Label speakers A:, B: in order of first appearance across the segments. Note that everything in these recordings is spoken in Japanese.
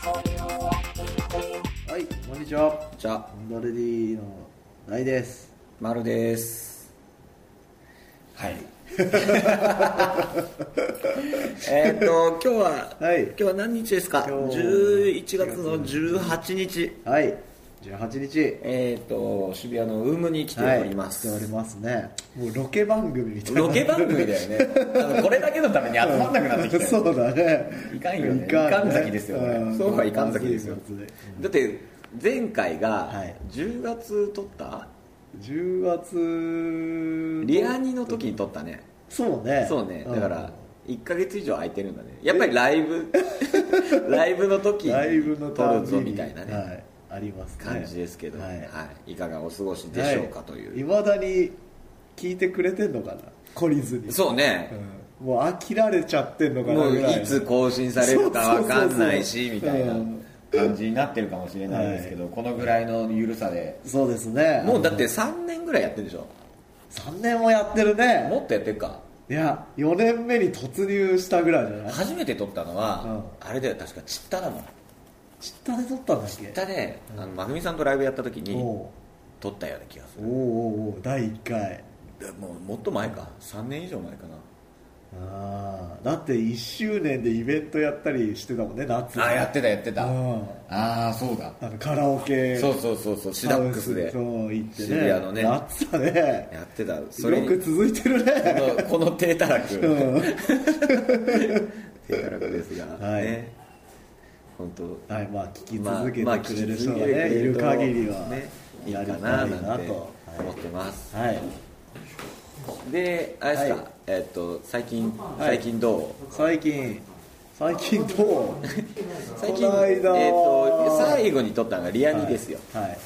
A: はい、こんにちは。
B: じゃあ
A: アンダレディの大です。
B: 丸ですはい えーっと今日は、
A: はい
B: 今日は何日ですか
A: 今日
B: 11月の18日
A: はい、18日。
B: えーっと渋谷のウームに来ております、
A: はい来ておりますね。もうロケ番組みたいな。
B: ロケ番組だ よね多分これだけのために集まんなくなってきたよ
A: そうだね。
B: いかんよね
A: ね
B: いかん先ですよこれ
A: ん
B: そうはいかん先ですよ
A: まずいまずい
B: だって前回が
A: はい
B: 10月撮った
A: 10月
B: リアニの時に撮ったね
A: そうね
B: そうねだか
A: うん
B: ら1か月以上空いてるんだねやっぱりライ ブライブの時
A: ライブの
B: に撮
A: た
B: る
A: んび
B: ぞ
A: に
B: みたいなね、
A: はいありますね
B: 感じですけど、
A: は
B: はいいい、かがお過ごしでしょうかという、
A: まだに聞いてくれてんのかな懲りずに
B: そうね、
A: うんもう飽きられちゃってんのかな
B: もう
A: ぐらい
B: いつ更新されるかわかんない
A: そ
B: し
A: う
B: み
A: そうそうそう
B: たいな感じになってるかもしれないですけど、このぐらいの緩さで
A: そうですね
B: もうだって3年ぐらいやってるでしょ
A: 3年もやってるね
B: もっとやってるか
A: いや4年目に突入したぐらいじゃない
B: 初めて撮ったのは、
A: う
B: あれだよ確かちっただもん
A: 知ったで撮ったんだっけ
B: ちったで、あのまふみさんとライブやった時
A: おう
B: に撮ったような気がす
A: お
B: る
A: うおうおう第1回
B: でもうもっと前か3年以上前かな
A: あーだって1周年でイベントやったりしてたもんね夏
B: あやってたやってたあ
A: うん
B: あーそうだ
A: あのカラオケ
B: そうそうそうそうシダックスで
A: そう行ってね
B: 渋谷のね
A: やってたね
B: やってたそれ
A: よ
B: に
A: く続いてるね
B: このこ の低たらく
A: うん
B: 低たらくですが、
A: はい
B: ね本当
A: はいまあ聞き
B: まあ
A: 続け
B: まあ
A: てくれる人がねいる限りは
B: ねいい
A: や
B: か
A: りたい
B: ななんて
A: と
B: 思ってます、
A: はい
B: であれですか、
A: はい
B: えっと最近
A: はい
B: 最近どう、
A: 最近最近ど う
B: 最近
A: この間
B: えっと最後に撮ったのがリアニですよ、
A: はいはい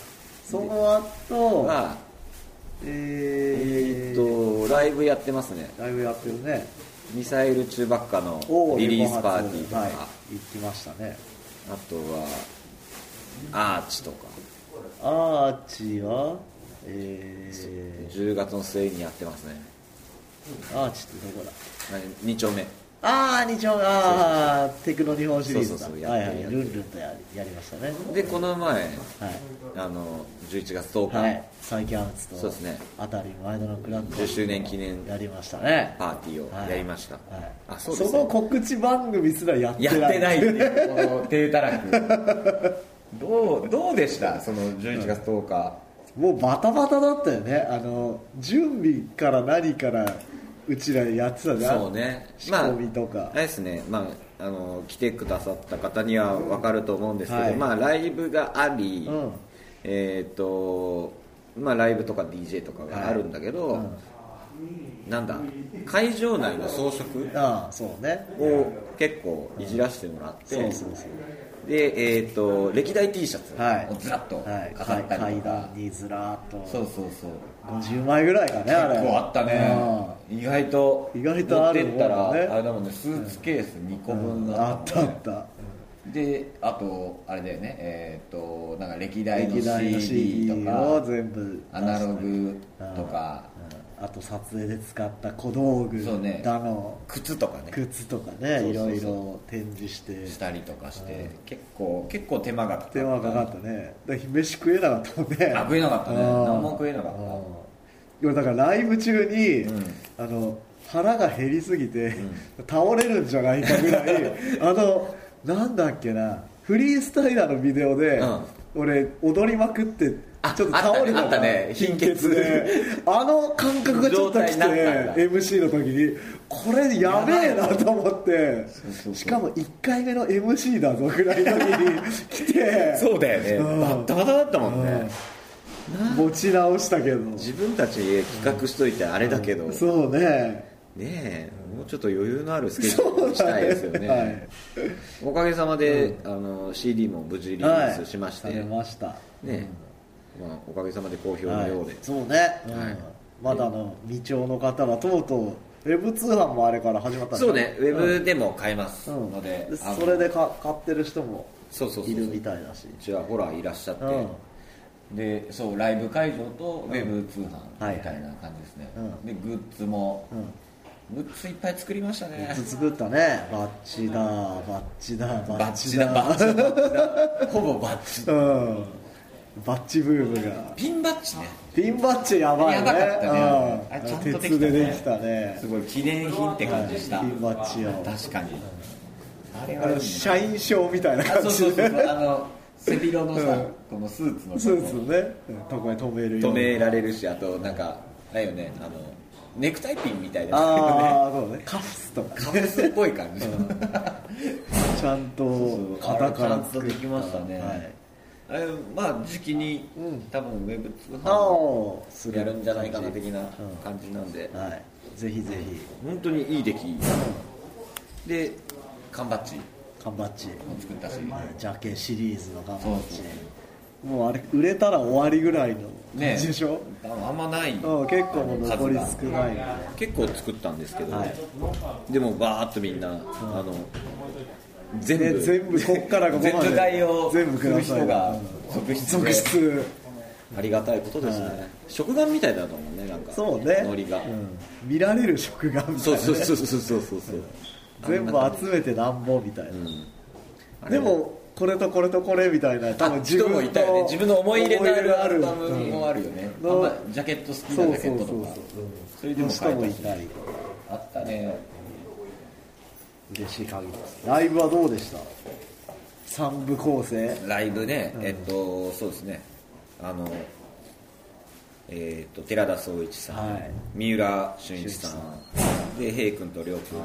A: その後
B: まあ
A: え
B: え
A: ー
B: っとライブやってますね
A: ライブやってるね
B: ミサイル中ばっかの
A: お
B: リリースパーティーとか、
A: はい行きましたね
B: あとはアーチとか、
A: アーチはえー
B: 10月の末にやってますね
A: アーチってどこだ
B: 2丁目
A: ああ、二丁目、ああ、テクノ日本シリーズだ。
B: そうそうそう
A: は
B: や
A: い
B: っ
A: は
B: てる
A: い、ルンルンとやりやりましたね。
B: でこの前
A: はい。
B: あの11月10日、
A: はい、サイキャンツと、
B: そうですね
A: あたり前田のクラブ
B: 10周年記念
A: やりましたね。
B: パーティーをやりました、
A: はいはい
B: あ
A: そ
B: そ
A: う
B: です、
A: の
B: ね、
A: 告知番組すらやって
B: や
A: ない。
B: ってないっていうこの手たらく どうどうでしたその11月10日、
A: もうバタバタだったよね。あの、準備から何から、うちらやってたじゃん。
B: そうね
A: 仕込みとか
B: あれですね、まあ、あの来てくださった方には分かると思うんですけど、
A: はい
B: まあ、ライブがあり、
A: うん
B: えーっとまあ、ライブとか DJ とかがあるんだけど、なんだ会場内の装飾
A: ああ、そうね。
B: を結構いじらせてもらって、
A: そうそうそう。
B: で、えーっと歴代 T シャツ
A: はい
B: をずらっと
A: はい、
B: 飾ったり
A: 階
B: とか、
A: 段にずらーっ
B: そう
A: と、
B: そうそう
A: 50枚ぐらいかね、あれ。
B: 結構あった
A: うん
B: ね意外と
A: 意外とある
B: 持ってったら
A: も
B: あ
A: んね
B: れだもんねスーツケース2個分
A: あ
B: だっ
A: ったた
B: も
A: あ
B: んね
A: った、
B: であとあれだよねえーっ、となんか歴代
A: 歴代
B: の
A: の
B: CD
A: CD
B: と
A: を
B: か
A: 全部
B: アナログとか
A: うんあと撮影で使った小道具
B: そうね
A: だの、
B: 靴とかね
A: 靴とかね
B: そう
A: いろ
B: そうそう
A: いろ展示して
B: したりとかして結構結構手間がかかった
A: 手間かかったねだから飯食えなかったもんね
B: あ食えなかったね
A: うん
B: 何も食えなかった
A: うん俺だからライブ中に、
B: うん
A: あの腹が減りすぎて、倒れるんじゃないかぐらい あのなんだっけなフリースタイラーのビデオで、
B: うん
A: 俺踊りまくって
B: あ
A: ちょっと倒れた
B: あったねあったね貧血
A: であの感覚がちょっと来て
B: 状態になったんだ
A: MC の時にこれやべえなと思って
B: そうそうそう
A: しかも1回目の MC だぞぐらいの時に 来て
B: そうだよね
A: うん
B: バッタバタだったもんね
A: 持ち直したけど
B: 自分たちで企画しといてあれだけどね
A: そうね
B: えもうちょっと余裕のあるスケジュールにしたいですよ
A: は
B: ね
A: い
B: おかげさまであの CD も無事リリースしまして
A: はいされました
B: ねまあ、おかげさまで好評の
A: はい
B: ようで、
A: そうね、
B: はい
A: うんまだの未調の方はとうとうウェブ通販もあれから始まったんだ
B: そうねウェブでも買えます
A: うん
B: ので、
A: で
B: あの
A: それでか買ってる人も
B: そうそうそう
A: いるみたいだし
B: ちらほらいらっしゃって、
A: うん
B: でそうライブ会場とウェブ通販みたいな感じですね、
A: はいはいうん
B: でグッズも、
A: うん
B: グッズいっぱい作りましたね
A: 作ったねバッチだバッチだバ
B: バッチだバッチだバッチだほぼバッチ
A: うんバッチブームが
B: ピンバッチね
A: ピンバッチやばいね
B: やばかったね
A: うん
B: あれちゃんとできたね
A: 鉄でできたね
B: すごい記念品って感じした、
A: ピンバッチを
B: 確かにあれ
A: あ
B: は
A: の社員証みたいな
B: あ
A: 感
B: そう
A: じ
B: そうそう
A: で
B: あの背広のさ、
A: うん
B: このスーツの
A: スーツねうんとこに止めるよ
B: 止
A: うに
B: められるしあとなんかあれよねあのネクタイピンみたいな
A: ああそうねカフスとか
B: カフェスっぽい感じ、
A: ちゃんと
B: 型
A: 型か
B: からら
A: 作
B: 作
A: っ
B: っててきましたね、
A: はい
B: あれまあ時期に、
A: うん
B: 多分ウェブ通
A: あ
B: 販
A: あす
B: やるんじゃないかな
A: 感
B: 的
A: じ
B: な
A: うん
B: 感じなんで、
A: はいぜひぜひ
B: 本当にいい出来で缶バッジも
A: 缶バッチ
B: 作ったし、
A: ジャケシリーズの缶バ
B: そう
A: ッ
B: そ
A: チ
B: う
A: もうあれ売れたら終わりぐらいの
B: ね
A: 感じでしょ、
B: ああんまない
A: うん結構もう残り
B: 数
A: 少
B: が
A: ないんで
B: 結構作ったんですけど、
A: はい
B: でもバーッとみんな、あの全
A: で
B: 部
A: 全部こっからここまで
B: 全部代用す
A: 全部く
B: る
A: ださい
B: 人が続出
A: 続
B: で
A: 出
B: ありがたいことですね、
A: はい
B: 食玩みたいだと思うねなんか
A: そうね
B: ノリが、
A: うん見られる食がみたい
B: そう
A: なね
B: そうそうそうそうそうそう
A: 全部集めてなんぼみたいな、
B: うん
A: でもこれとこれとこれみたいな多
B: あ
A: 分
B: 人もいたよね自分の思い入れのあるアルバ
A: う
B: ム
A: ん
B: もあるよね、
A: うん
B: あんまジャケット好き
A: そ
B: な
A: う
B: ジャケ
A: そう
B: ッ
A: そう
B: ト
A: そう
B: と
A: うん
B: かそれでも
A: 人もい
B: 買えたした
A: り
B: あったね
A: 嬉しい限りですライブはどうでした三部構成
B: ライブね、
A: うん
B: えっとそうですねあのえっと寺田総一さん、
A: はい
B: 三浦俊一さん
A: 俊
B: で平君と亮君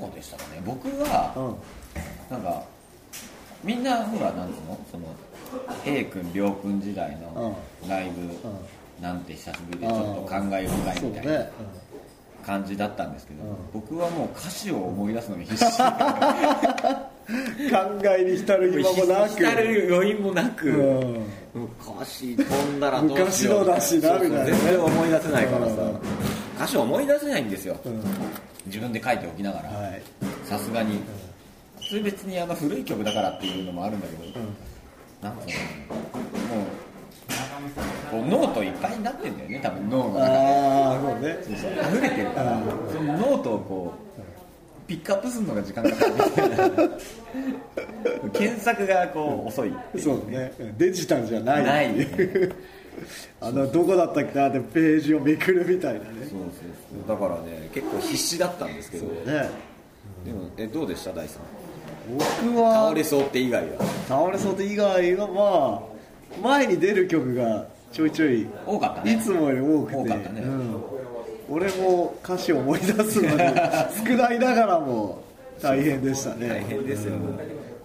B: どうでしたかね僕は、
A: うん
B: なんかみんなほらなんつうのその A 君亮君時代のライブなんて久しぶりでちょっと感慨深
A: そ
B: いうみたいな
A: ね
B: 感じだったんですけど
A: うん
B: 僕はもう歌詞を思い出すのに 必死
A: うん感慨に浸る暇もなく
B: 浸る余韻もなく
A: うん
B: もう歌詞飛んだらどうしよう
A: 昔のだしな
B: そうそう
A: みたいなね
B: 全然思い出せないからさ
A: うん
B: 歌詞を思い出せないんですよ
A: うん
B: 自分で書いておきながら
A: はい
B: さすがにそれ別にあの古い曲だからっていうのもあるんだけど、なんかそのもうこうノートいっぱいになってんだよね多分脳の中で
A: ああそうね
B: 溢れてるからそのノートをこうピックアップするのが時間かかるみたいな検索がこう遅いっていう
A: そうねうんデジタルじゃな
B: ないいよねそう
A: あのどこだったっけなってページをめくるみたいなね
B: そうそうだからね結構必死だったんですけど
A: ね
B: でもえどうでした大さん
A: 僕
B: 倒
A: は
B: れそうって以外は
A: 倒れそうで以外はまあ前に出る曲がちょいちょい
B: 多かったね
A: いつもより多くて
B: 多かったね
A: うん、俺も歌詞を思い出す のに少ないながらも大変でしたね
B: 大変ですよ、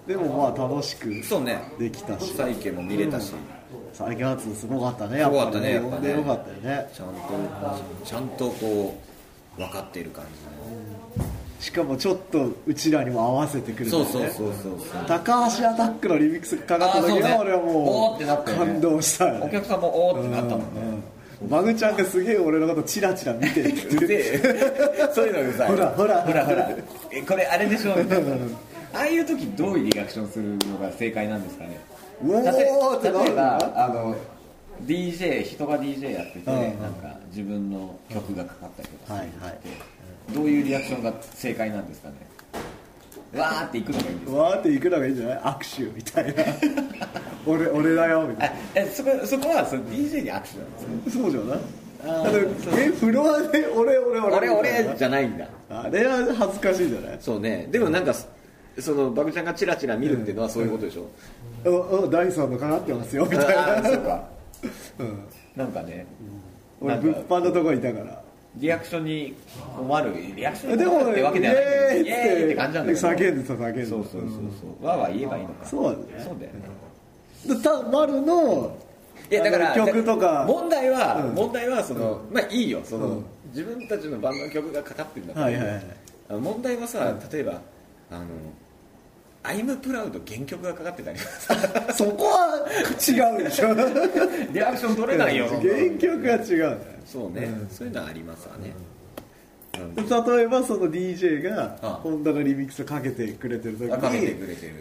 A: でもまあ楽しく
B: そうね
A: できたし
B: 再起も見れたし、
A: 最近発すごかったねやっ
B: すご
A: ぱ
B: か
A: り
B: ったねやっぱね
A: 呼んでよかったよね
B: ちゃんとちゃんとこう分かっている感
A: しかもちょっとうちらにも合わせてくれ
B: じ
A: た
B: そ
A: ね
B: うそうそうそうそう
A: 高橋アタックのリミックスかかった時
B: あーそうね
A: は俺は
B: おー
A: も
B: ってなっ
A: う
B: たよね
A: 感動したよ
B: お
A: ね
B: 客さんもおーってなったもんね
A: うんマグちゃんがすげえ俺のことチラチラ見てる
B: う ぜえそういうのうざい
A: ほらほら
B: ほらほらえこれあれでしょみたいなああいう時どういうリアクションするのが正解なんですかね
A: うおー
B: たとえ
A: ってなる
B: 例えばあの DJ 人が DJ やってて、
A: うんうん
B: なんか自分の曲がかかったりとかする時
A: はいは
B: って、どういうリアクションが正解なんですかねわーっていくのがいいんですか
A: わーって行くのがいいんじゃない握手みた いな俺俺だよみたい
B: あえそこそこはその DJ に握手なんです
A: な
B: か
A: そうじゃない
B: あー
A: あの
B: そう
A: えフロアで俺俺俺
B: 俺
A: みたいな
B: 俺じゃないんだ
A: あれは恥ずかしいじゃない
B: そうねでもなんかそのバグちゃんがチラチラ見るっていうのはそういうことでしょ、
A: おおダイソンのかかってますよみ
B: あ
A: たい
B: あそう
A: な、
B: か
A: うん、
B: なんかね、
A: 俺
B: なんか
A: 物販のとこいたから
B: リアクションに困るリアクション
A: え
B: に
A: でも
B: 困るってわけじゃないんだけ
A: イエ
B: どイ
A: ーイ
B: エ
A: っ
B: ー
A: て
B: イって感じなんだけど
A: 叫んでた叫んでた
B: そうそうそうそうわーわー言えばいいのか
A: そうだね
B: そうだよね
A: でた丸の
B: いやだから
A: あの曲とか
B: 問題は、
A: うん
B: 問題はその、まあいいよその、
A: うん
B: 自分たちのバンドの曲がかかってるんだから、
A: はいはいはい
B: あの問題はさ、例えばあの「アイムプラウド原曲がかかってたり
A: そこは違うでしょ
B: リアクション取れないよ
A: 原曲が違う
B: そうね、そういうのはありますわね、なんで
A: 例えばその DJ が
B: あ
A: ホンダのリミックスをかけてくれてる時
B: あかけてく
A: に
B: れてる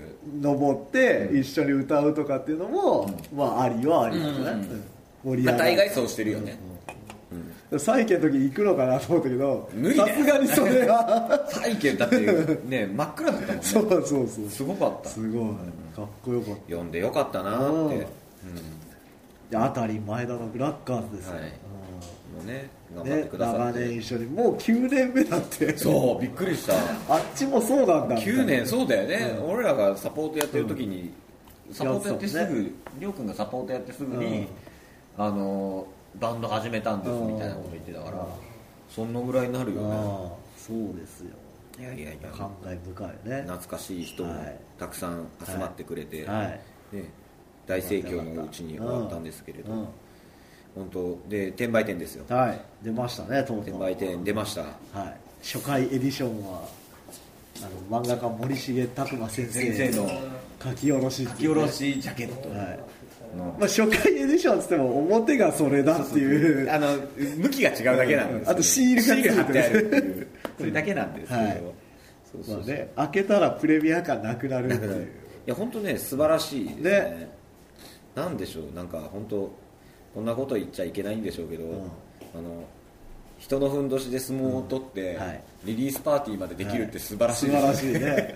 A: 登って一緒に歌うとかっていうのも、まあありはありなんじゃない
B: うん
A: うん盛り上
B: まあ
A: が
B: 大概
A: る
B: そうしてるよね
A: 債権の時行くのかなと思ったけど
B: 無理
A: さ
B: だよ
A: すがにそれは
B: 背景だって ね真っ暗だったもんね
A: そうそうそう
B: すごかった
A: すごいかっこよかったい
B: 読んでよかったなーって、
A: うんや当たり前だなブラッカーズですよ、
B: はいうん、もうね
A: うん
B: 頑張って
A: ね
B: くださ
A: 長
B: って、
A: 年一緒にもう9年目だって
B: そうびっくりした
A: あっちもそうなんだみたいな
B: 9年そうだよね、俺らがサポートやってる時に、サポートやってす
A: やってたもん
B: ぐりょうくんがサポートやってすぐ
A: う
B: に
A: ん、
B: あのバンド始めたんです
A: うん
B: みたいなこと言ってたから、
A: うん
B: そんなぐらいになるよね
A: ああそうですよ
B: いやいやいや
A: 感慨深いね
B: 懐かしい人も
A: はい
B: たくさん集まってくれて、
A: はい
B: ね、大盛況のうちに終わったんですけれど、
A: うん
B: 本当で転売店ですよ
A: はい出ましたねとうと
B: 転
A: う
B: 売店出ました
A: はい、初回エディションはあの漫画家森重拓馬先生
B: 先生の
A: 書き下ろし書
B: 書き下ろしジャケット
A: はい
B: の、
A: まあ、初回エディションっつっても表がそれだっていう
B: あの向きが違うだけなんですよ
A: あとシールがついてる
B: シール貼ってあるっていうそれだけなんですけど、
A: はい
B: そうそう
A: まあ
B: そう
A: ね、開けたらプレミア感なくなるって
B: だから
A: い
B: いうや本当ね素晴らしいですね
A: ね
B: なんでしょうなんか本当こんなこと言っちゃいけないんでしょうけど、
A: ん
B: あの人のふんどしで相撲を取って、
A: うんはい
B: リリースパーティーまでできるって素晴らしい
A: 素晴らしいね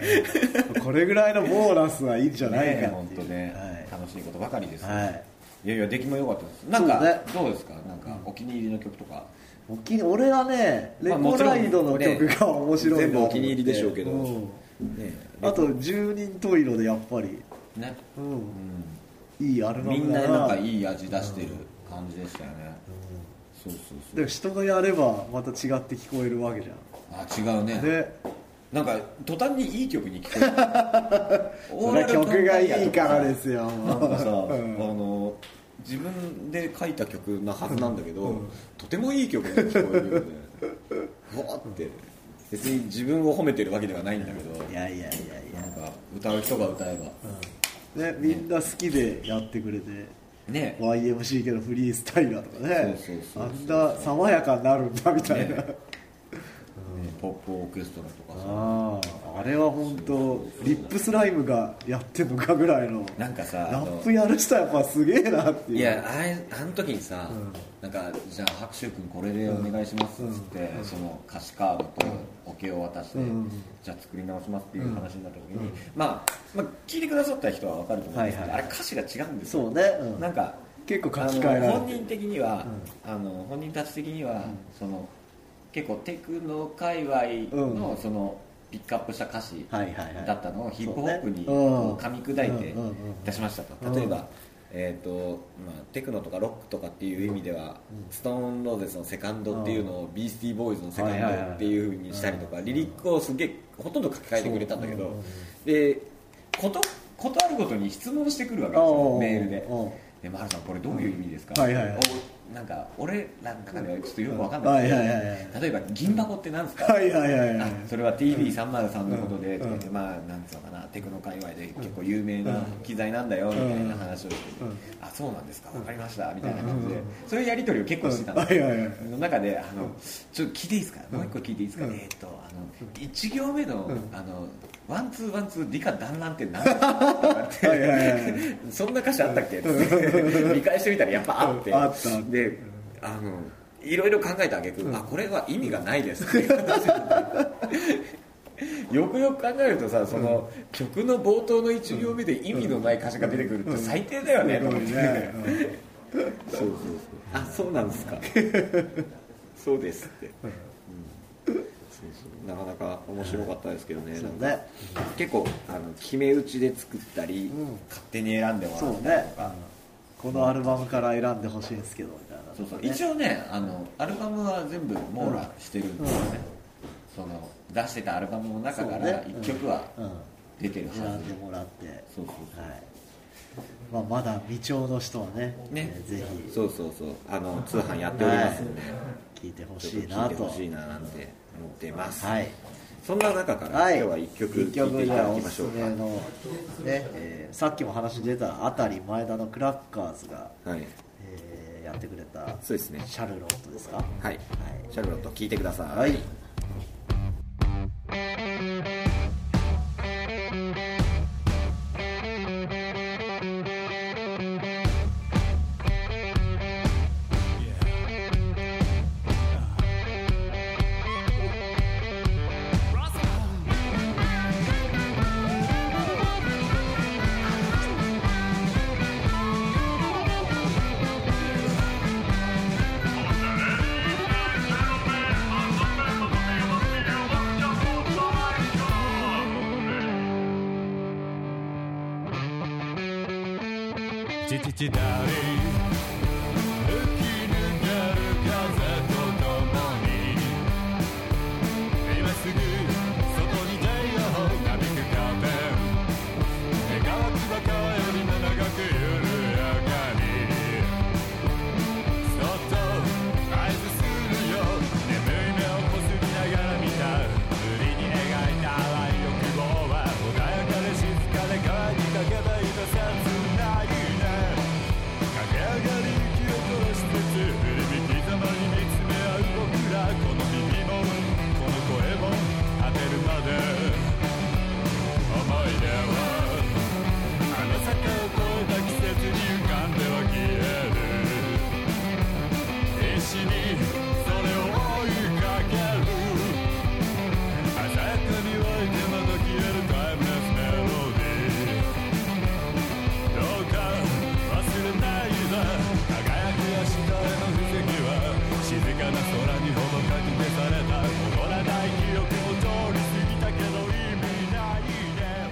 A: これぐらいのボーナスはいいんじゃないか
B: 本
A: ってい
B: 当
A: う、
B: ね、楽しいことばかりです、
A: はい、はい、
B: い、やいや出来も良かったですなん
A: そうね
B: かどうですかなんかお気に入りの曲とか
A: お気に俺はねレ
B: まあ
A: コ
B: もちろん
A: ライドの曲が面白いなと思って
B: 全部お気に入りでしょうけど
A: ん
B: ね
A: あと十人十色でやっぱり、
B: ね、
A: うん
B: うん
A: いいアルバ
B: みん
A: ムだ
B: な
A: な
B: なんかいい味出してる感じでしたよね、そうそうそう
A: でも人がやればまた違って聞こえるわけじゃ
B: あ違うね
A: んで
B: なんか途端にいい曲に聞こ
A: そ
B: え
A: れ
B: る
A: 曲がいいからですすよ
B: なんかさ、
A: うん
B: あの自分で書いた曲なはずなんだけど、
A: うん
B: とてもいい曲に聞こえるよねうわーって別に自分を褒めてるわけではないんだけど
A: いやいやいやいや
B: なんか歌う人が歌え
A: ね、みんな好きでやってくれて、
B: ばね
A: YMCK のフリースタイルだとかね
B: そうそうそう
A: あんな爽やかになるんだみたいな、
B: ねポップオーケストラとかさ
A: あああれは本当リップスライムがやってんのかぐらいの
B: なんかさあ
A: ラ
B: の
A: ップやる人はやっぱすげえなっていう
B: い
A: い
B: やあれあの時にさ、
A: うん
B: なんかじゃあ白秋君これでお願いしますっつって、その歌詞カードとお経を渡して、
A: うん
B: じゃあ作り直しますっていう話になった時に、まあ、まあ聞いてくださった人は分かると思うんですけど、
A: はいはい
B: あれ歌詞が違うんですよ
A: そうね、うん
B: なんか
A: 結構
B: あ
A: 書き換えられ
B: の
A: て
B: 本人的には、あの本人たち的には、その結構テクノ界隈の、
A: うん
B: そのピックアップした歌詞
A: はいはいはい
B: だったのをヒップホップに
A: そうねうん
B: こう噛み砕いて
A: うんうんうん
B: 出しました
A: うん
B: と例えば、えーとまあ、テクノとかロックとかっていう意味では、ストーン・ローゼスのセカンドっていうのをビースティー・ボーイズのセカンドっていうふうにしたりとか、リリックをすげえほとんど書き換えてくれたんだけど、でことことあるごとに質問してくるわけです
A: あ
B: よ
A: あ
B: メールで
A: ああ
B: 「で丸さんこれどういう意味ですか
A: はいはいはい
B: おなんか俺らの中ではちょっとよくわかんないんです
A: はいはいはい
B: けど例えば「銀箱って何ですか
A: はいはいはいはい
B: あそれは TV303 のことで、
A: うん
B: とか言ってまあなんつうのかなテクノ界隈で結構有名な機材なんだよ、みたいな話をして、
A: うん
B: あそうなんですかわかりましたみたいな感じで、そういうやり取りを結構してたんです
A: うんはいはいはい
B: その中であのちょっと聞いていいですかもう一個聞いていいですか、えーっとあの1行目の,、あのワンツーワンツー理科団らんって何ですかとかって
A: はいはいはい
B: そんな歌詞あったっけって見返してみたらやっぱあって、
A: うんあった
B: であのいろいろ考えたあげく、あこれは意味がないですっていう話になってよくよく考えるとさその、曲の冒頭の1行目で意味のない歌詞が出てくるって最低だよね、と思って、そうそうそうあそうなんですか そうですって、うんそうそうなかなか面白かったですけどね、
A: そう
B: なんか
A: ね
B: 結構あの決め打ちで作ったり、
A: うん
B: 勝手に選んでもら
A: そう
B: ったりとか
A: ねこのアルバムから選んでほしいんですけどみたいな、
B: そうそう
A: ね
B: 一応ねあのアルバムは全部網羅してるんですよね、その出してたアルバムの中か
A: そうね
B: ら1曲は
A: うん
B: 出てるはず、
A: 選んでもらって
B: そうそうそう
A: はいまあ、まだ未聴の人はね
B: ね
A: えーぜひ
B: そうそうそうあの通販やっておりますんで、
A: 聞いてほ
B: ち
A: し
B: ょっ
A: い
B: と聞
A: ない
B: て
A: と
B: ほしいななんて思ってます、
A: はい
B: そんな中から
A: はい、
B: 今日は1曲
A: 一
B: 聴いてい
A: じ
B: た
A: ゃあ
B: だ
A: お
B: きますし
A: す
B: ょうか
A: めの、ねえーさっきも話に出たあたり前田のクラッカーズが、
B: はい
A: えーやってくれた
B: そうですね
A: シャルロットですか
B: はいシャルロット聴いてください、
A: はい、はい
C: 父誰吹き抜ける風とともに今すぐ外に出ようなびく壁願わくばかよりも長く緩やかにそっと合図するよ眠い目をこすりながら見た無理に描いた淡い欲望は穏やかで静かで乾きかけばいと切ないね駆け上がり息を殺しつつ振り向きざまに見つめ合う僕らこの耳もこの声も当てるまで思い出はあの坂を越えた季節に浮かんでは消える必死にそれを追いかける鮮やかに湧いてまた消えるタイムレスメロディーどうか忘れないで輝く明日への布石は静かな空にほどかき消された戻らない記憶も通り過ぎたけど意味ないね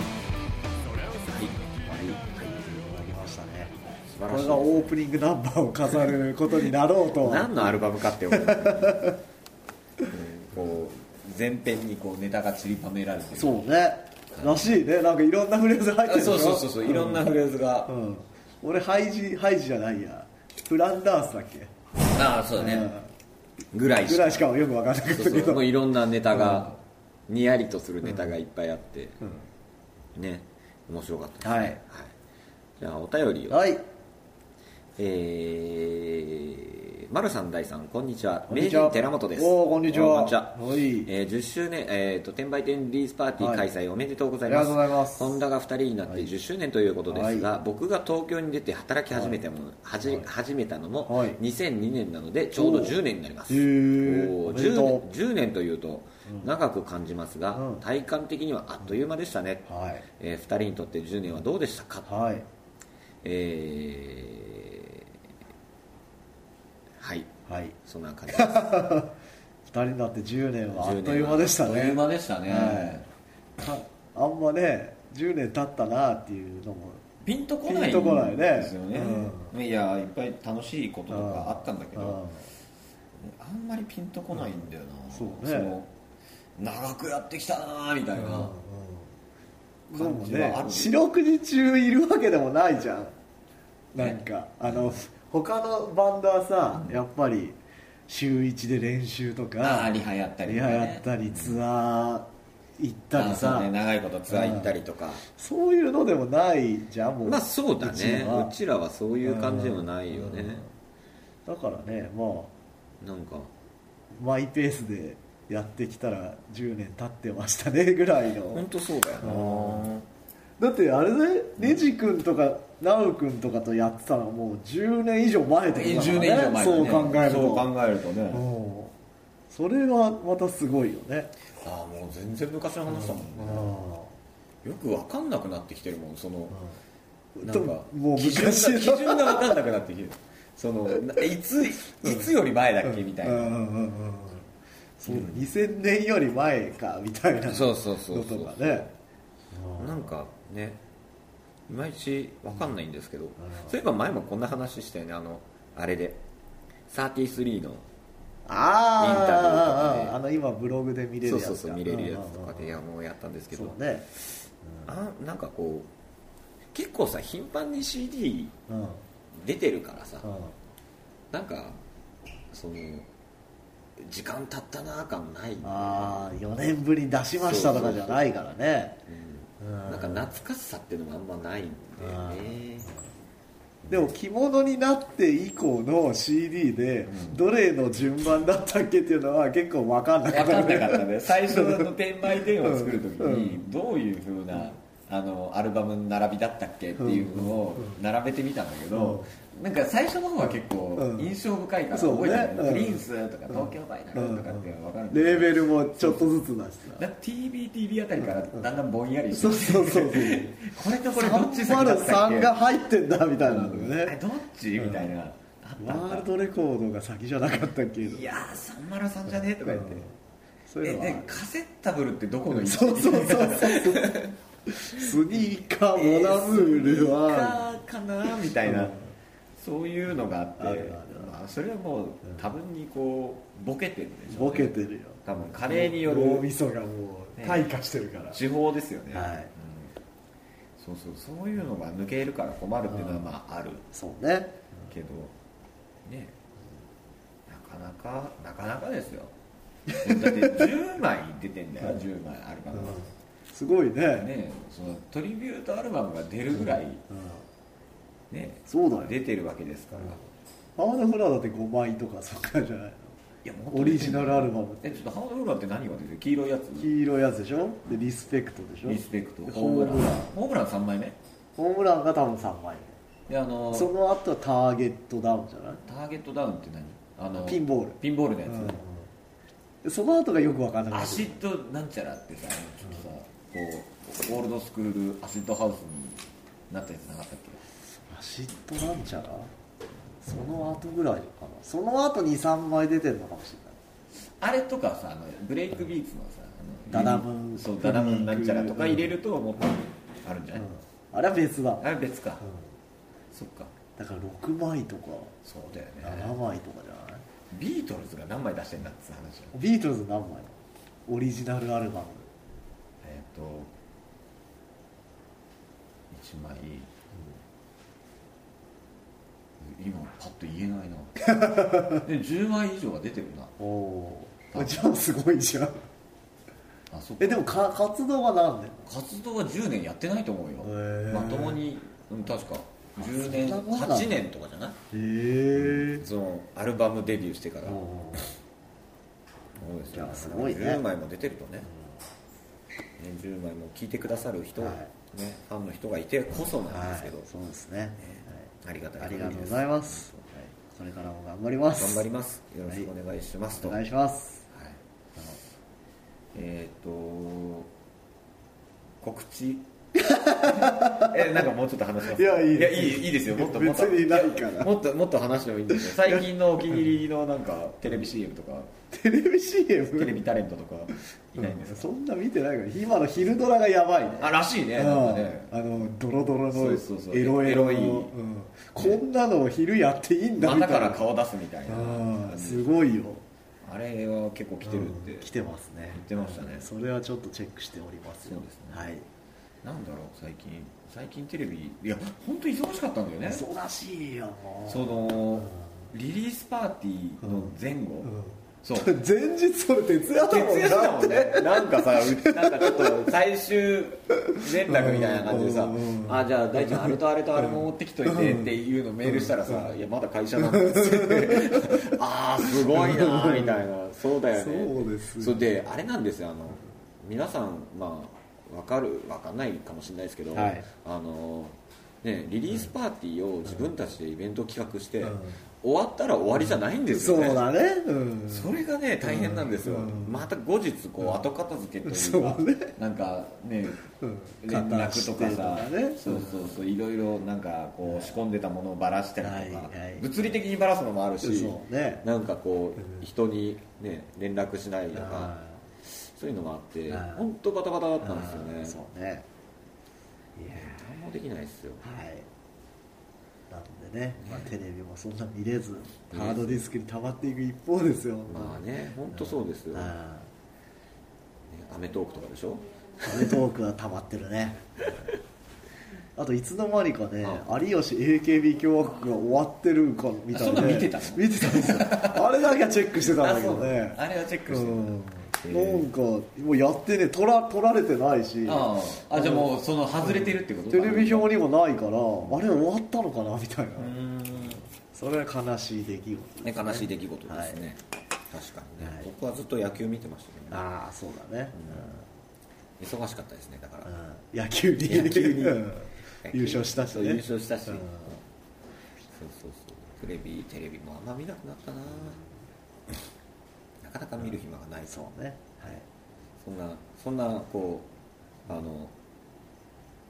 C: それを
B: はい
A: いただきましたね
B: 素晴
A: こ
B: らしい
A: れがオープニングナンバーを飾ることになろうと
B: 何のアルバムかって思う うんこう前編にこうネタが散りばめられてる
A: そうねらしいねなんかいろんなフレーズ入って
B: あ
A: る
B: そうそうそうそういろんなフレーズが、
A: うん、うん俺ハイジハイジじゃないやフランダースだっけ
B: ああそうだね、ぐらいし
A: ぐ
B: から
A: いしかよく分からなかっ
B: そ
A: た
B: う
A: け
B: そう
A: ど
B: もういろんなネタが、にやりとするネタがいっぱいあって、ね面白かったですね
A: はい
B: じゃあお便りを、
A: はい
B: えー、丸さん大さんこんにちは
A: こんにちは
B: 名人寺本です
A: おーこんにちは
B: おー
A: はい
B: えー10周年、えー、と転売店リリースパーティー開催おめでとうございます、
A: ありがとうございます
B: ホンダが2人になって10周年ということですが、僕が東京に出て働き始めたもの、はじ始めたのも
A: はい
B: 2002年なのでちょうど10年になります
A: へー
B: おー
A: おめでとう
B: 10, 10年というと長く感じますが、
A: うん
B: 体感的にはあっという間でしたね、
A: はい
B: え2人にとって10年はどうでしたか、
A: はい
B: えーはい
A: はい
B: そんな感 じです
A: 2人になって10年はあっという間でした
B: あっという
A: ね
B: 間でしたね、
A: はいかあんまね10年経ったなっていうのも
B: ピンとこない
A: ピンとこないね
B: んですよね、
A: う
B: いやいっぱい楽しいことと
A: うん
B: かあったんだけ
A: うん
B: どあんまりピンとこないんだよな、
A: んそうね
B: の長くやってきたなみたいな、
A: うんでも
B: 感じはあ
A: ね
B: る
A: 四六時中いるわけでもないじゃんなんかあの他のバンドはさやっぱり週一で練習と
B: あ
A: か
B: ーリハやったり
A: リ
B: と
A: ハ
B: かね
A: やったりツアー行ったり
B: あ
A: さ
B: そうね長いことツアー行ったりとか、
A: そういうのでもないじゃんもう
B: まあそうだね
A: ちは
B: うちらはそういう感じでもないよね、
A: だからねまあ
B: なんか
A: マイペースでやってきたら10年経ってましたね ぐらい
B: 本
A: の
B: 当そうだよ
A: だ
B: な、
A: ってあれねネジ君とかナウ君とかとやってたらもう10年以上前ってことだから
B: 10
A: ね
B: 年以上前だね
A: そう考えると
B: そう考えるとね、
A: うんそれはまたすごいよね
B: ああもう全然昔の話だもんね、よく分かんなくなってきてるもんその、なんか
A: ともう
B: 基準が
A: 昔の
B: 基準が分かんなくなってきてるそのないついつより前だっけみたいな、
A: うんうんうんうんそう2000年より前かみたいな
B: そうそうそうそう
A: のとかね
B: なんかねいまいち分かんないんですけど、
A: ん
B: そういえば前もこんな話したよねあのあれで33のインタビュー
A: あ
B: と
A: ー
B: か
A: あー
B: で
A: あの今ブログで見れるや
B: そう
A: つか
B: そうそう見れるやつとかで
A: うんうんうん
B: いやもうやったんですけど、
A: そうね
B: あなんかこう結構さ頻繁に CD
A: うんうん
B: 出てるからさ、なんかその時間経ったなあ感ない、
A: ああ4年ぶりに出しましたとかじゃないからね
B: うん、なんか懐かしさっていうのもあんまないんだよね
A: でも着物になって以降の CD でどれの順番だったっけっていうのは結構分かんなか
B: 分
A: った
B: かんなかった ね最初の転売電話を作る時にどういうふうなあのアルバムの並びだったっけっていうのを並べてみたんだけど、なんか最初の方は結構
A: うん
B: 印象深いから
A: そう
B: 覚
A: ね
B: えてる、
A: うん
B: プリンスとか東京バイナルとかって分かるんだけど
A: レーベルもちょっとずつ出して
B: だ TBTB あたりからだんだんぼんやりして
A: そうそうそうそう
B: これとこれどっち先だったっけ
A: 303が入ってんだみたいなの
B: え
A: ね
B: どっちみたいな、あった
A: ワ
B: あ
A: ール
B: っ
A: ドレコードが先じゃなかったっけ
B: たいやー303じゃねえとか言って、
A: そういう
B: え
A: のは
B: でカセッタブルってどこの位置
A: そうそうそうそうスニーカーモナムールは
B: えースニーカーかなみたいな、
A: うん
B: そういうのがあって
A: あるある
B: まあ、それはもう多分にこうボケてるでしょうね
A: ボケてるよ
B: 多分カレーによ
A: 脳み
B: る
A: そがもう退化してるから
B: 地方ですよね、
A: はい
B: うんそうそうそういうのが抜けるから困るっていうのはまあある
A: そうね
B: けどねなかなかなかなかで すよだって10枚出てんだよ10枚アルバムが、
A: すごいね
B: ねそのトリビュートアルバムが出るぐらい、
A: うん
B: ね
A: そうだよ
B: 出てるわけですから、
A: うん
B: い
A: ハワードフラーだって5枚とかそっかじゃない
B: やもっ
A: の
B: と出てる
A: オリジナルアルバム
B: えちょっとハードフラーって何が出てる黄色いやつ
A: 黄色いやつでしょでリスペクトでしょ
B: リスペクト
A: で
B: ホームラ
A: ホ
B: ン
A: ームラン
B: ホームラン3枚目
A: ホームランが多分3枚
B: であの
A: その後はターゲットダウンじゃない
B: ターゲットダウンって何あの
A: ピンボール
B: ピンボールのやつ、
A: うんその後がよく分からなか
B: ア
A: った
B: シッドなんちゃらってさちょっとさこうオールドスクールアシッドハウスになったやつなかったっ
A: アシッドなんちゃらその後ぐらいかなその後に23枚出てるのかもし
B: けあれとかさあのブレイクビーツのさあの
A: ダダム
B: そうダダムなんちゃらとか入れるともっとあるんじゃ
A: れな、
B: ないい、
A: うんあれは別だ、うん、
B: あれ別か、そっか
A: だから6枚とか
B: そうだよね
A: 7枚とかじゃない
B: ビートルズが何枚出してんだって話よ
A: ビートルズ何枚オリジナルアルバム
B: えっ、と1枚、今パッと言えない なで10枚以上が出てるな
A: おおーじゃあすごいじゃん
B: あそっか
A: えでもか活動は何年
B: 活動は10年やってないと思うよ、
A: へー
B: まともに、うん、確か10
A: そ
B: 年
A: んなもんなんだ
B: 8年とかじゃない
A: へえ
B: そのアルバムデビューしてからそうです
A: い
B: よ
A: やすごいね
B: 10枚も出てるとね,、ね10枚も聴いてくださる人、
A: はい
B: ね、ファンの人がいてこそなん
A: は
B: ですけ
A: い
B: ど、
A: そうですね
B: ありがたい
A: はいあり
B: 限
A: が
B: り
A: とう
B: で
A: ご
B: す
A: ざいますはいこれからも頑張ります
B: 頑張りますよろしくお願いしますと、
A: お願いします
B: はいえっ、と告 知えなんかもうちょっと話します
A: いやいい
B: いやいいいいですよもっともっと
A: 別にない から
B: もっともっと話してもいいんですよ最近のお気に入りのなんかテレビ CM とか
A: テレビ CM
B: テレビタレントとかいないんですか、
A: そんな見てないから今の昼ドラがやばいね
B: あらしいね
A: うん
B: なんかね
A: あのドロドロ
B: そ
A: の
B: うそうそう
A: エロエロの
B: エロい
A: うんこんなのを昼やっていいんだみた
B: 股
A: いな
B: から顔出すみたいな
A: うんすごいよ
B: あれは結構来てるって、
A: 来てますね
B: 言ってましたね
A: それはちょっとチェックしておりますよ
B: そうですね
A: はい
B: なんだろう最近最近テレビいや本当忙しかったんだよね
A: 忙しいよもう
B: そのリリースパーティーの前後、
A: うん
B: そう
A: 前日それ徹 夜だもんな
B: 徹夜だもんねなんかさうなんかちょっと最終連絡みたいな感じでさ
A: うんうん
B: 「あじゃあ大ちゃんあれとあれとあれも持ってきといて」っていうのメールしたらさ「いやまだ会社なんです」って「 ああすごいな」みたいな「そうだよね」
A: そうですよ
B: それであれなんですよあの皆さんまあわかるわかんないかもしれないですけど、
A: はい
B: あのね、リリースパーティーを自分たちでイベントを企画して、
A: うん
B: 終わったら終わりじゃないんです
A: そ
B: よね
A: うだねうん
B: それがね大変なんですよ、
A: うん
B: また後日こう後片付けと
A: そ
B: いうか、
A: うね
B: なんかね
A: うん
B: 連絡と
A: 片
B: かさ
A: 足してとかね
B: そうそうそういろいろなんかこう仕込んでたものをばらしたりとか、
A: はいはい
B: 物理的にばらすのもあるし、
A: そうね
B: なんかこ
A: うん
B: う人にね連絡しないとか
A: あー
B: そういうのがあって
A: はい
B: 本当バタバタだったんですよね
A: そうねいや
B: 何もできないですよ
A: ーはいなんでね、まあ、テレビもそんな見れずハードディスクに溜まっていく一方ですよ
B: まあね本当そうですよ、ね
A: あ
B: アメトーークとかでしょ
A: ーアメトーークは溜まってるねあといつの間にかね
B: う
A: 有吉 AKB 共和国が終わってるかみたい
B: あそんな
A: なん
B: 見てたの
A: 見てたんですよ あれだけはチェックしてたんだけどね
B: あれはチェックして
A: う
B: た
A: ん
B: へえ
A: なんかもうやってね取ら取られてないし
B: あああじゃあもうその外れてるってこと
A: テレビ表にもないからあれ終わったのかなみたいな、
B: うーん
A: それは悲しい出来事
B: ね悲しい出来事ですね、確かにね、
A: はい
B: 僕はずっと野球見てましたけどね
A: ああそうだね、
B: 忙しかったですねだから、
A: うん野球に
B: 野球に
A: うん優勝したし、
B: そう
A: ね、
B: 優勝した
A: う
B: し、
A: ん
B: そうそうそうテレビテレビもあんま見なくなったな、なかなか見る暇がないそ
A: そうね、はい、
B: そんなそんなこうあの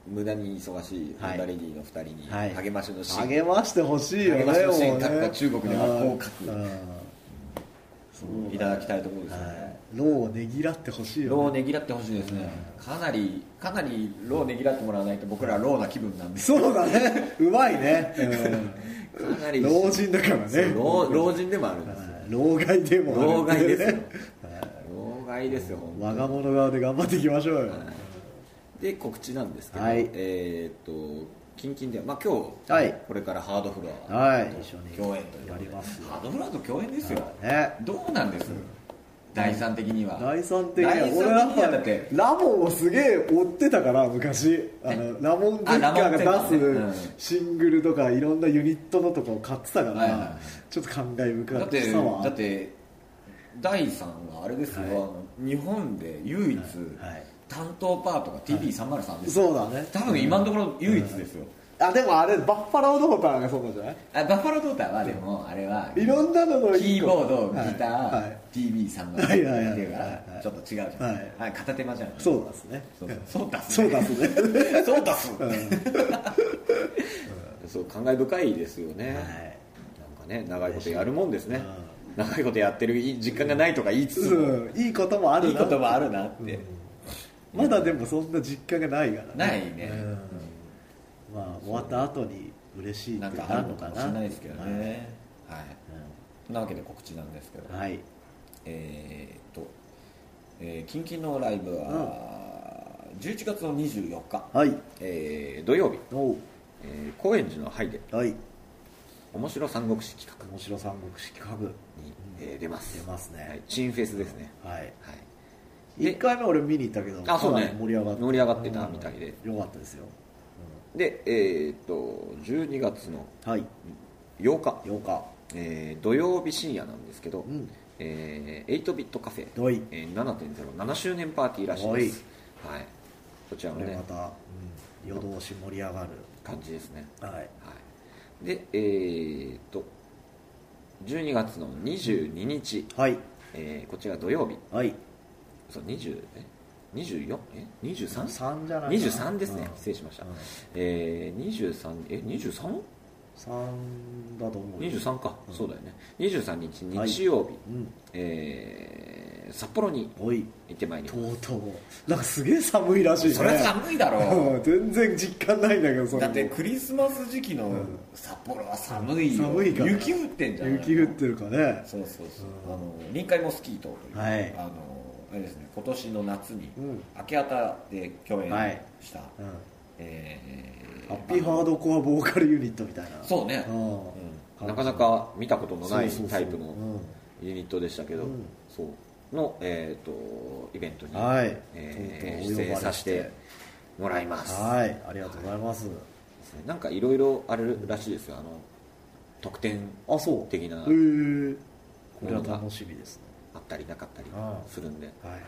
B: 無駄に忙しい
A: はい
B: ハンバレディの2人に
A: はい
B: 励ましのシーン、
A: 励ましてほしいよね
B: 励ましてほしい
A: もうね
B: 各国中国ではこう書く
A: うん
B: いただきたいところですよね、
A: はい労をねぎらってほしいよ
B: ローを
A: ね
B: ねぎらってほしいですね、かなりかなりローをねぎらってもらわないと僕らローな気分なんです
A: そうだ ねうまいね、
B: かな
A: う
B: り
A: ん、老人だから
B: そ
A: ね
B: う老老人でもあるんですよ
A: はい 老害でもある
B: 老害ですよ 老害ですよ本当に
A: 我が物側で頑張っていきましょうよ、
B: で告知なんですけど、
A: はい
B: えーっとキンキンでは、まあ、今日、
A: はい
B: これからハードフロア、
A: はい
B: と
A: 一緒に
B: 共演ということで
A: やります
B: ハードフロアと共演ですよ、
A: ね
B: どうなんです、第三的には
A: 第三的には
B: 第三的
A: 俺
B: には
A: ラッパー
B: だ
A: だ
B: っ
A: っててラモンをすげえ追ってたから昔あの ラモン・デッカー
B: あラモン
A: が
B: デッカーね
A: 出すシングルとかいろんなユニットのとかを買ってたか
B: はいはいは
A: らちょっと感慨
B: だ
A: 深
B: っ
A: く
B: て
A: さは
B: だって第三はあれですよ、
A: はい
B: あの日本で唯一、
A: はいはい
B: 担当パートが TV303 ですよ、
A: そうだね
B: 多分今のところ唯一ですよ、
A: あでもあれバッファロードーターがそうなんじゃない
B: あバッファロードーターはでもあれはい
A: ろんなのの
B: キーボード、
A: はい
B: ギタ
A: は
B: ー
A: い、
B: TV3 の
A: はいはいはい
B: っていうか
A: はいは
B: ら
A: い
B: ちょっと違うじゃん
A: はい
B: あ片手間じゃん
A: そうだっすね
B: そうそうだっす
A: そうだっすね
B: そうだっす
A: うん
B: そう感慨深いですよね
A: はい
B: なんかね長いことやるもんですね
A: う
B: 長いことやってる実感がないとか言いつつも
A: うんいいこともある
B: いいこともあ
A: る
B: るなって
A: まだでもそんな実感がないから
B: ないね
A: うんまあ終わった後に嬉しいって
B: なんか
A: な
B: あ
A: る
B: る
A: の
B: の
A: か
B: かも
A: な
B: しれないですけどねはいそんなわけで告知なんですけど
A: うんはい
B: えーっとえーキンキンのライブは11月の24日
A: はい
B: えー土曜日
A: おう
B: えー高円寺のハイで
A: はい
B: 面白三国志企画
A: 面白三国志企画
B: に、えー出ます
A: 出ますね
B: はい、チンフェスですね、
A: はい
B: はい、で
A: 1回目俺見に行ったけど
B: あそうね
A: かなり盛り上がって
B: 盛り上がってたみたいで
A: うんよかったですよ
B: でえーっと12月の
A: はい
B: 8日、
A: 8日
B: えー土曜日深夜なんですけど、
A: うん
B: えー8ビットカフェ、
A: はい
B: えー7.07周年パーティーらしいです、はい、こちら
A: こ
B: も
A: れ
B: ね
A: またうん夜通し盛り上がる
B: 感じですね、
A: はい
B: はい、でえーっと12月の22日、
A: はい
B: えーこちら土曜日
A: はい
B: そう20え24え 23?
A: 3じゃないかな
B: 23ですね、
A: うん
B: 失礼しました、
A: うん
B: えー、23え 23?
A: 3だと思うよ
B: 23か、
A: うん
B: そうだよね23日
A: はい
B: 日曜日、
A: うん
B: えー札幌に
A: おい
B: 行ってまいり
A: と
B: ま
A: うとうなんかすげえ寒いらしい
B: す
A: ね
B: それは寒いだろ
A: うん全然実感ないんだけどそれ
B: う
A: も
B: だってクリスマス時期の札幌は寒いよ
A: 寒いから
B: 雪降ってんじゃん
A: 雪降ってるかね
B: そうそうそうあの臨海モスキートという、
A: はい
B: あのあれですね今年の夏に
A: うん
B: 明け方で共演
A: はい
B: した、
A: うん
B: えー
A: ハッピーハードコアボーカルユニットみたいな
B: そうね、
A: うん
B: なかなか見たことのない
A: そうそうそ
B: タ
A: う
B: イプの
A: うん
B: ユニットでしたけど、
A: うん
B: そうの、えー、とイベントに、
A: はい
B: えー
A: とうとうお呼ばれして
B: 出演させてもらいます
A: はいありがとうございます、
B: なんかいろいろあるらしいですよあの特典
A: あそう
B: 的な
A: へーこれは楽しみですね
B: あったりなかったり
A: ああ
B: するんで、は
A: はい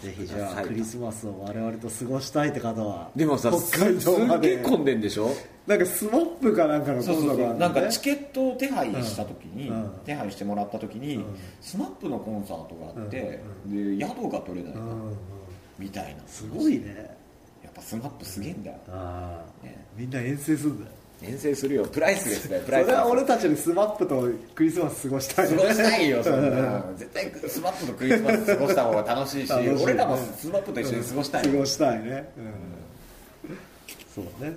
B: い、
A: ぜひじゃあクリス
B: マ
A: マスを我々と過ごしたいって方は
B: でもさす
A: 北
B: す
A: 海道ま
B: っげ
A: で
B: え混んでんでしょ
A: なんかスマップかなんかの
B: そう
A: コ
B: そ
A: ン
B: う
A: ト
B: そ
A: が
B: うなんかチ
A: チ
B: ケットを手配した時に、
A: うん
B: 手配してもらった時に、
A: うん
B: スマップのコンサートがあって、
A: う
B: で宿が取れない
A: うんうん
B: みたいな、
A: すごいね
B: やっぱスマップすげえんだよ、
A: ああ
B: ね
A: みんな遠征するんだよ
B: 遠征するよプライスレスだよプ
A: そ
B: ライス
A: れ
B: レス
A: は俺たちにスマップとクリスマス過ごしたい
B: 過
A: ね
B: ごしたいよそんな絶対スマップとクリスマス過ごした方が楽しいし
A: 楽しい
B: 俺らもスマップと一緒に過ごしたい、
A: 過ごしたいね、うんそうね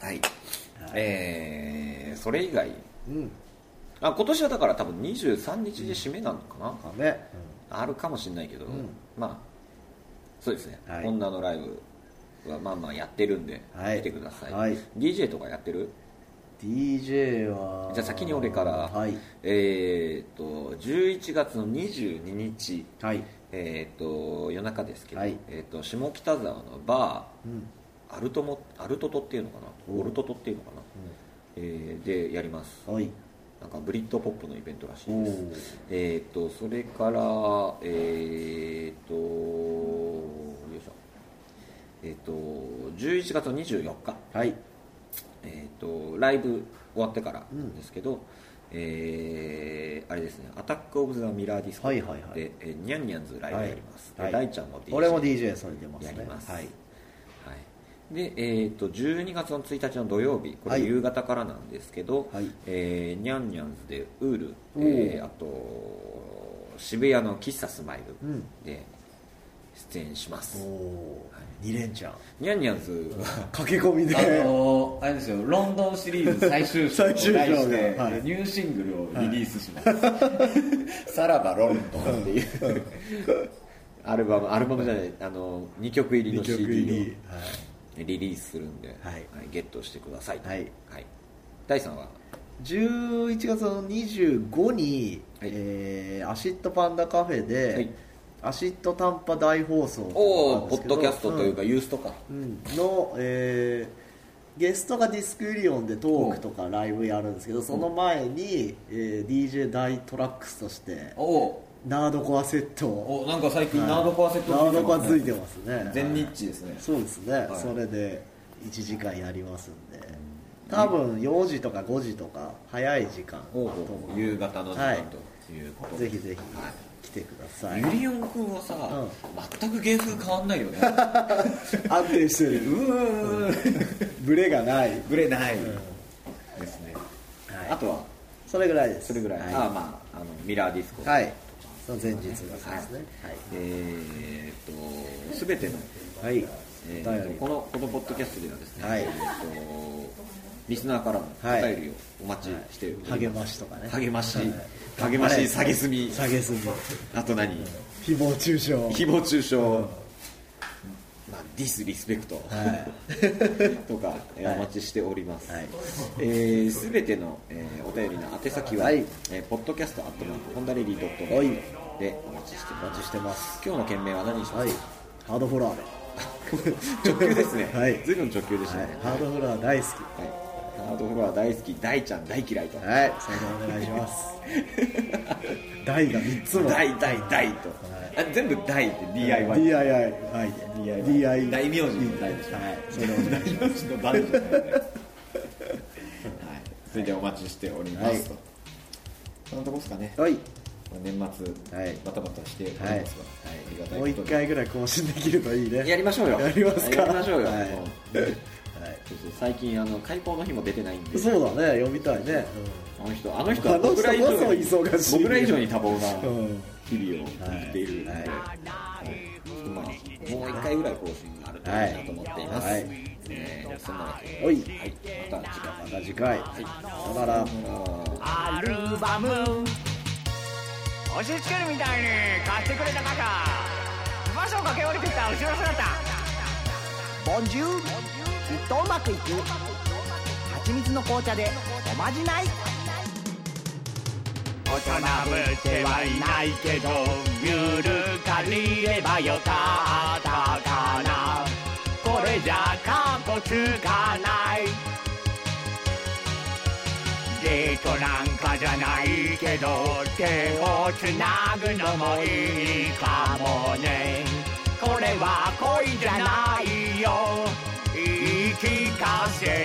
B: はいえー、それ以外
A: うん
B: あ今年はだから多分23日で締めなのかな、
A: まあね、
B: あるかもしれないけど、
A: うん
B: まあそうですね、
A: はい
B: 女のライブはまあまあやってるんで、
A: はい
B: 来てください、
A: はい
B: DJ とかやってる
A: DJ は
B: じゃあ先に俺から、
A: はい
B: えーっと11月の22日、
A: はい
B: えーっと夜中ですけど、
A: はい
B: えーっと下北沢のバ
A: うん
B: ーアルトモアルトトっていうのかな
A: お
B: オルトトっていうのかな、えーでやります
A: はい
B: なんかブリッドポップのイベントらしい
A: お
B: で
A: ー
B: すえーっとそれからえーっとよいしょえーっと11月の24日
A: はい
B: えー、とライブ終わってからですけど、えーあれですね「アタック・オブ・ザ・ミラー・ディスコ」
A: は
B: で、
A: いはいはい
B: えーニャンニャンズライブやります、
A: はい
B: で大ちゃんも DJ
A: 俺も DJ それ出ますね
B: やります、
A: はい
B: はいでえー、と12月の1日の土曜日こ
A: は
B: れ
A: い
B: 夕方からなんですけど、
A: はい
B: えーニャンニャンズでウール、
A: おー
B: えーあと渋谷の喫茶スマイ
A: う
B: ル
A: ん
B: で出演します、
A: お2連チャン
B: ニャンニャンズ は
A: 駆け込みで
D: あのーあれですよロンドンシリーズ最終章を
A: 最
D: 題し
A: 終章
D: て
A: がはい
D: ニューシングルをリリースします、さらばロンドンっていう
B: アルバムアルバムじゃないあの2曲入
A: 2
B: りの
A: 曲入
B: CD
A: り
B: をリリースするんで、
A: はい
B: ゲットしてください
A: はい
B: 大さんは
A: 11月の25に、
B: はい
A: えーアシットパンダカフェで、
B: はい
A: アシット短波大放送
B: お
A: なん
B: お
A: で
B: ポ
A: す
B: ッ
A: けど
B: ドキャストというか、ユースとか
A: うんうんの、えーゲストがディスクユリオンでトークとかライブやるんですけどその前に、えー DJ 大トラックスとして
D: おお
A: ナードコアセットを
D: おなんか最近
A: はい
D: ナードコアセット
A: ナードコアついて
D: ま
A: ますね
D: す全日地ですね
A: そうですね、
D: い
A: それで1時間やりますんで多分4時とか5時とか早い時間だと
B: おう
A: 思
B: おう
A: う
B: 夕方の時
A: は
B: 間
A: い
B: ということで、
A: ぜひぜひ来てください
B: ゆりおん君はさ、全く芸風変わんない よね
A: 安定してる
B: うーん
A: ブレがない
B: ブレないですね、
A: はい
B: あとは
A: それぐらいです
B: それぐらい、
A: はい
B: ああまああのミラーディスコ
A: はいその前日がそうですね
B: えーっと全ての
A: はいはい
B: え
A: お
B: ー
A: 便り
B: このこのポッドキャストではですね、
A: はい
B: えーとリスナーからのお便りをお待ちしており
A: 励
B: ま
A: ましとかね
B: す、励まし、
A: はい
B: 励まし、下げすみ、
A: 下げすぎ
B: あと何、
A: 誹謗中傷
B: 誹謗中傷、まあ、ディスリスペクト、
A: は
B: とか、えー
A: はい
B: お待ちしております。
A: はい
B: すべての、えーお便りの宛先は、
A: はい
B: えー、ポッドキャストアットマークホンダレディドット
A: はい
B: でお待ちしており
A: お
B: ま
A: 待
B: す。
A: ちしてます
B: 今日の件名は何にしま
A: はい
B: すか、
A: ハードフロアで
B: 直球です ね、
A: はい
B: ずいぶん直球でした
A: は
B: ね、
A: いハードフロア大好き
B: はい、ハードフロア大好き大ちゃん大嫌いと、
A: はいそれでお願いし ます大が3つも
B: 大大大と、あ全部大って DIY、
A: DIY はい DIY
D: 大名字みたいでしょ
A: はいそれでお願いします
D: 大名字のバンドじゃないねはいそれでお待ちしておりますと、
A: は
D: そんなとこですかね
A: はい
D: 年末、
A: はい
D: バタバタしておりますが、
A: はい
D: ありがたい
A: もう
D: こと
A: 一
D: に
A: 回ぐらい更新できるといいね
B: やりましょうよ
A: やりますか
B: やりましょうよ、
A: はい
B: もう
A: はい
B: そうそう最近あの開講の日も出てないんで
A: そうだね読みたいね
B: あの人あの人
A: あ
B: は
A: の人
B: 僕ら以上
A: こ
B: に
A: そ忙しい
B: 僕ら以上に多忙な
A: うんうん
B: 日々を生きているので、
A: はい
B: まあ、もう一回ぐらい更新があるといいなと思っています、
A: はいはい
B: えーそんなわけで、
A: おい
B: はい、また次回
A: また次回さよなら
E: アルバム押し付けるみたいに貸してくれた傘場所を駆け下りてきた後ろ姿ボンジュールきっとうまくいく蜂蜜の紅茶でおまじない大人ぶってはいないけどミュール借りればよかったかなこれじゃかっこつかないデートなんかじゃないけど手をつなぐのもいいかもねこれは恋じゃないよ言い聞かせてる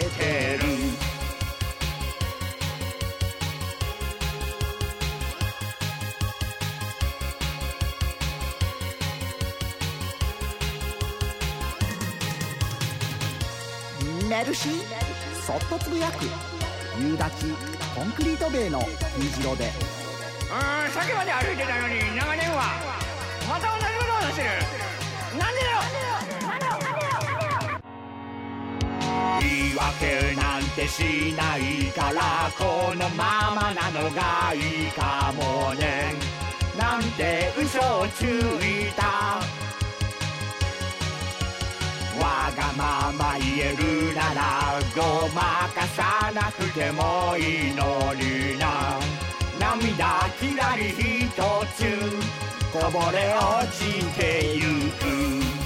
E: 寝るしそっとつぶやく夕立コンクリート塀の虹色でうーんさっきまで歩いてたのに長年はまた同じことをしてるなんでだよ言い訳なんてしないからこのままなのがいいかもねなんて嘘をついた私わがまま言えるならごまかさなくてもいいのにな涙きらりひとつこぼれ落ちてゆく